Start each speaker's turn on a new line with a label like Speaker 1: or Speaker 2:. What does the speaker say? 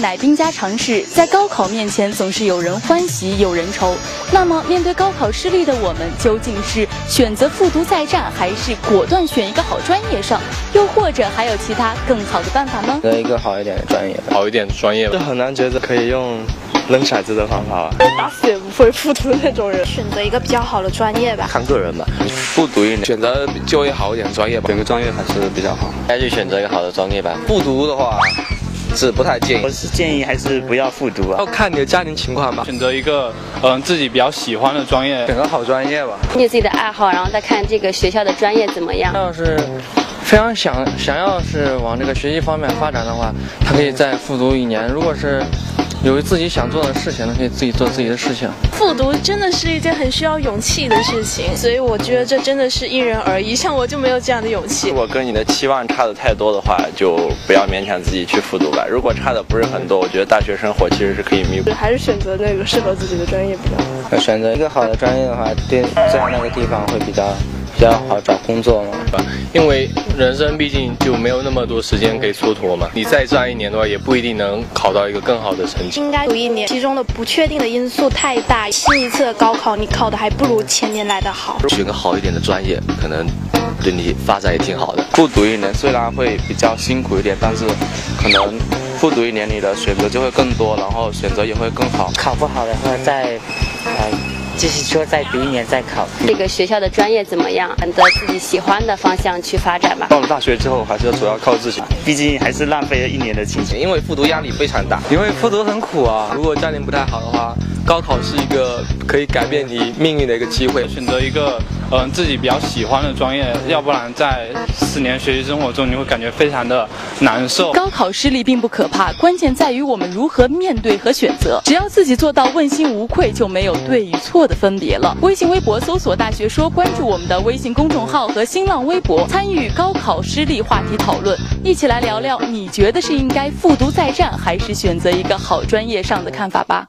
Speaker 1: 乃兵家常事，在高考面前总是有人欢喜有人愁。那么，面对高考失利的我们，究竟是选择复读再战，还是果断选一个好专业上？又或者还有其他更好的办法吗？
Speaker 2: 择一个好一点的专业吧。
Speaker 3: 好一点的专业
Speaker 4: 这
Speaker 3: 吧。
Speaker 4: 很难觉得可以用扔骰子的方法吧？
Speaker 5: 打死也不会复读的那种人。
Speaker 6: 选择一个比较好的专业吧。
Speaker 2: 看个人吧，
Speaker 7: 复读一年，选择就业好一点的专业吧。整个专业还是比较好。
Speaker 2: 该去选择一个好的专业吧。
Speaker 7: 复读的话，是不太建议
Speaker 8: 我。是建议还是不要复读啊
Speaker 4: 要。看你的家庭情况吧。
Speaker 3: 选择一个嗯、自己比较喜欢的专业，
Speaker 7: 选个好专业吧。
Speaker 9: 根据自己的爱好，然后再看这个学校的专业怎么样。
Speaker 10: 要是非常想想要是往这个学习方面发展的话，他可以再复读一年。如果是有自己想做的事情，他可以自己做自己的事情。
Speaker 5: 复读真的是一件很需要勇气的事情，所以我觉得这真的是因人而异。像我就没有这样的勇气
Speaker 11: 如。果跟你的期望差的太多的话，就不要勉强自己去复读吧。如果差的不是很多，我觉得大学生活其实是可以弥补。
Speaker 5: 还是选择那个适合自己的专业比较好。
Speaker 2: 选择一个好的专业的话，对在那个地方会比较比较好找工作嘛。
Speaker 3: 吧，因为人生毕竟就没有那么多时间可以蹉跎嘛。你再战一年的话，也不一定能考到一个更好的成绩。
Speaker 6: 应该读一年，其中的不确定的因素太大。新一次的高考，你考的还不如前年来的好。
Speaker 8: 选个好一点的专业，可能对你发展也挺好的。
Speaker 7: 复读一年虽然会比较辛苦一点，但是可能复读一年你的选择就会更多，然后选择也会更好。
Speaker 2: 考不好的话，再呃继续说再读一年再考。
Speaker 9: 这个学校的专业怎么样，选择自己喜欢的方向去发展吧。
Speaker 7: 到了大学之后，还是要主要靠自己。
Speaker 8: 毕竟还是浪费了一年的青春。
Speaker 7: 因为复读压力非常大，
Speaker 10: 因为复读很苦啊，如果家庭不太好的话，高考是一个可以改变你命运的一个机会。
Speaker 3: 选择一个嗯、自己比较喜欢的专业，要不然在四年学习生活中，你会感觉非常的难受。
Speaker 1: 高考失利并不可怕，关键在于我们如何面对和选择。只要自己做到问心无愧，就没有对与错的分别了。微信、微博搜索“大学说”，关注我们的微信公众号和新浪微博，参与高考失利话题讨论，一起来聊聊你觉得是应该复读再战，还是选择一个好专业上的看法吧。